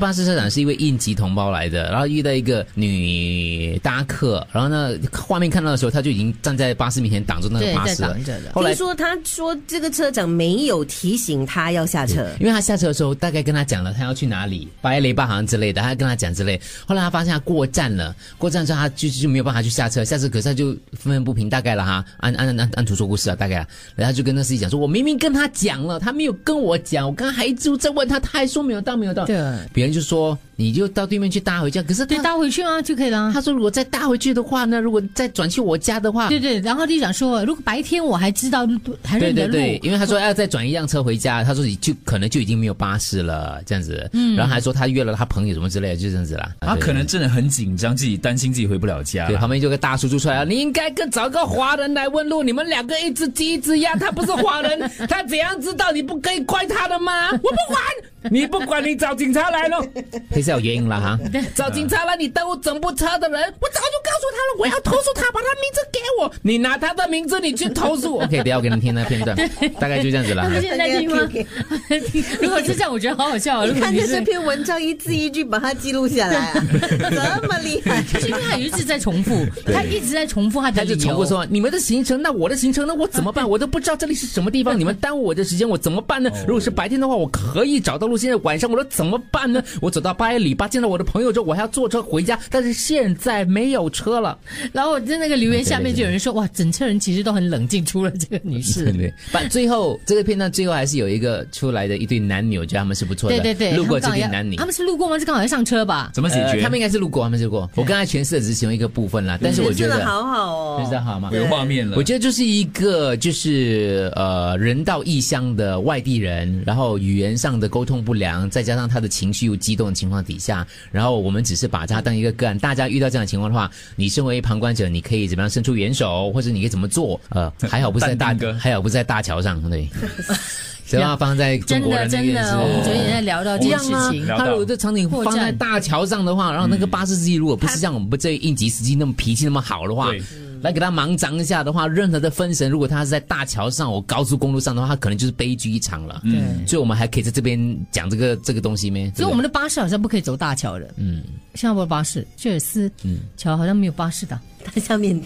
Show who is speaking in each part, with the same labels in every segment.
Speaker 1: 巴士车长是一位印籍同胞来的，然后遇到一个女搭客，然后呢，画面看到的时候，他就已经站在巴士面前挡住那个
Speaker 2: 对
Speaker 1: 巴
Speaker 2: 在
Speaker 1: 士了啊
Speaker 2: 挡着的。
Speaker 1: 后来
Speaker 3: 听说他说这个车长没有提醒他要下 车，
Speaker 1: 因为他下车的时候大概跟他讲了他要去哪里，白雷巴好像之类的，他跟他讲之类。后来他发现他过站了，过站之后他就就没有办法去下车，下车可是他就愤愤不平，大概了哈，按按按按图说故事啊，大概啊，然后他就跟那司机讲说，我明明跟他讲了，他没有跟我讲，我刚刚还一直在问他，他还说没有到没有到，
Speaker 2: 对
Speaker 1: 别人就说你就到对面去搭回家，可是
Speaker 2: 对，
Speaker 1: 他
Speaker 2: 搭回去啊就可以了。
Speaker 1: 他说如果再搭回去的话呢，如果再转去我家的话，
Speaker 2: 对对，然后就想说，如果白天我还知道路还
Speaker 1: 对
Speaker 2: 认得
Speaker 1: 对
Speaker 2: 路，
Speaker 1: 对，因为他说要再转一辆车回家，他说你就可能就已经没有巴士了，这样子。嗯，然后还说他约了他朋友什么之类的，就这样子啦。
Speaker 4: 啊他
Speaker 1: 对
Speaker 4: 可能真的很紧张，自己担心自己回不了家
Speaker 1: 对，。旁边就有个大叔就出来了，你应该跟找个华人来问路，你们两个一只鸡一只鸭，他不是华 人，他怎样知道？你不可以怪他的吗？我不管， 你不管，你找警察来咯。黑是有原因了哈， 找警察来，你耽误整部车的人， 我早就告诉他了，我要投诉他，把他名字给我，你拿他的名字你去投诉。OK，等一下 我给你听那片 段，大概就这样子了
Speaker 2: 他
Speaker 1: 哈
Speaker 2: 们。现在在听吗？ 如果是这样，我觉得好好笑啊。如
Speaker 3: 你
Speaker 2: 果
Speaker 3: 看
Speaker 2: 你
Speaker 3: 着
Speaker 2: 是
Speaker 3: 这，篇文章一字一句把它记录下来、 啊，这么厉害。
Speaker 2: 就是因为他一直在重复，他一直在重复他的
Speaker 1: 他
Speaker 2: 理由
Speaker 1: 就重复说：“你们的行程，那我的行程呢？我怎么 办？我都不知道这里是什么地方，你们耽误我的时间，我怎么办呢？如果是白天的话，我可以找到路，现在晚上我都怎么办呢？我走到八月里巴见到我的朋友之后，我还要坐车回家，但是现在没有车了。
Speaker 2: 然后我在那个留言下面就有人说：“哇，整车人其实都很冷静，除了这 个女士。
Speaker 1: 对对，但最后这个片段最后还是有一个出来的一对男女，我觉得他们是不”错的。
Speaker 2: 对对对，
Speaker 1: 路过这
Speaker 2: 他们
Speaker 1: 对
Speaker 2: 刚好要
Speaker 1: 男女呃
Speaker 2: 他。们是路过吗？是刚好要上车吧？
Speaker 4: 怎么解决？
Speaker 1: 他们应该是路过，他们是路过。我刚才诠释的只是其中一个部分啦，但是我觉
Speaker 3: 真
Speaker 1: 得
Speaker 3: 的好好哦，
Speaker 1: 诠释得好吗？
Speaker 4: 啊有画面了
Speaker 1: 我。觉得就是一个就是呃人到异乡的外地人，然后语言上的沟通不良，再加上他的情绪又激动的情况底下，然后我们只是把他当一个个案。大家遇到这样的情况的话，你身为旁观者，你可以怎么样伸出援手，或者你可以怎么做？呃， 还好不是在大
Speaker 4: 淡定哥
Speaker 1: 还好不是在大桥上， 对，只要放在中
Speaker 2: 真
Speaker 1: 国
Speaker 2: 的
Speaker 1: 人那
Speaker 2: 真
Speaker 1: 边
Speaker 2: 的，我们昨天也在聊到这
Speaker 1: 一
Speaker 2: 件
Speaker 1: 样
Speaker 2: 事
Speaker 1: 啊
Speaker 2: 情。，
Speaker 1: 他如果这场景
Speaker 2: 破绽
Speaker 1: 放在大桥上的话，然后那个巴士司机如果不是像我们这位应急司机那么脾气那么好的话
Speaker 4: 对，
Speaker 1: 来给他忙张一下的话，任何的分神，如果他是在大桥上或高速公路上的话，他可能就是悲剧一场了。嗯，所以我们还可以在这边讲这个这个东西咩？
Speaker 2: 所以我们的巴士好像不可以走大桥的，
Speaker 1: 嗯，
Speaker 2: 新加坡的巴士，谢尔斯桥好像没有巴士的。
Speaker 3: 它下面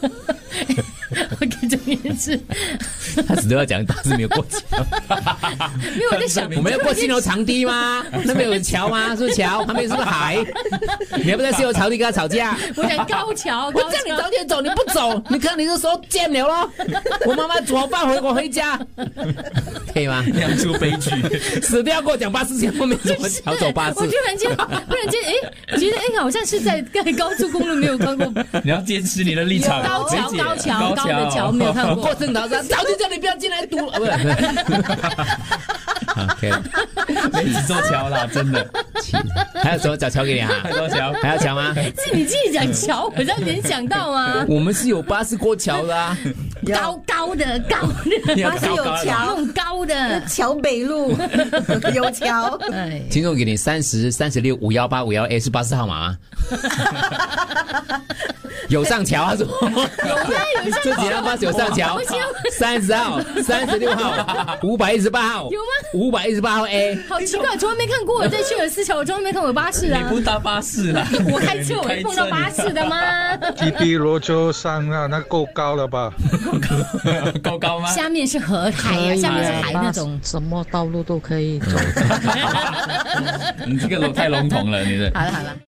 Speaker 2: 我跟总言之，
Speaker 1: 对不对他只都要讲，但是没有过桥。
Speaker 2: 因为我在 想，
Speaker 1: 我们要过西楼长堤吗？那边有桥吗？是不是桥？旁边是不是海？你要不在西楼长堤跟他吵架？
Speaker 2: 我想高桥，
Speaker 1: 我
Speaker 2: 高
Speaker 1: 叫你
Speaker 2: 桥
Speaker 1: 早点走，你不走，你看你是说见了咯。我妈妈煮好饭回我回家，可以吗？
Speaker 4: 酿出悲 剧，
Speaker 1: 死掉跟我讲巴士线后面怎么桥 走巴士
Speaker 2: 我？突然间，突然间，哎，觉得哎，好像是在在高速公路没有看过
Speaker 4: 你要坚持你的立场。
Speaker 2: 高桥
Speaker 4: 梅姐
Speaker 2: 高桥高
Speaker 4: 哦
Speaker 2: 的桥没有看过
Speaker 1: 过正道上，早就叫你不要进来读 了，啊不是。OK，
Speaker 4: 没几座桥啦，真的
Speaker 1: 还有什么找桥给你哈
Speaker 4: 太？多桥。
Speaker 1: 还要桥吗？
Speaker 2: 是你自己讲桥，我让联想 到吗？
Speaker 1: 我们是有巴士过桥的啊，
Speaker 2: 高高的高 的，
Speaker 3: 它是有
Speaker 2: 那
Speaker 3: 桥，
Speaker 2: 种高的，
Speaker 3: 桥北路 有桥，
Speaker 2: 哎，
Speaker 1: 听众给你三十三十六五幺八五幺 A 是巴士号 码吗？有上桥啊？什么？有
Speaker 2: 有上
Speaker 1: 这几辆巴士有上桥
Speaker 2: 好像？
Speaker 1: 三十号、三十六号、五百一十八号，
Speaker 2: 有吗？
Speaker 1: 五百一十八号哎 A，
Speaker 2: 好奇怪，从来没看过。我在去尔斯桥，我从来没看过巴士
Speaker 4: 你
Speaker 2: 啊
Speaker 4: 不。搭巴士啦？
Speaker 2: 我开车我会碰到巴士的吗？
Speaker 5: 滴滴罗州上啊，那够高了吧？
Speaker 4: 士，够高吗？
Speaker 2: 下面是河海呀、下面是海那种。
Speaker 6: 什么道路都可以走。
Speaker 4: 你这个太笼统了，你的。
Speaker 2: 好了好了。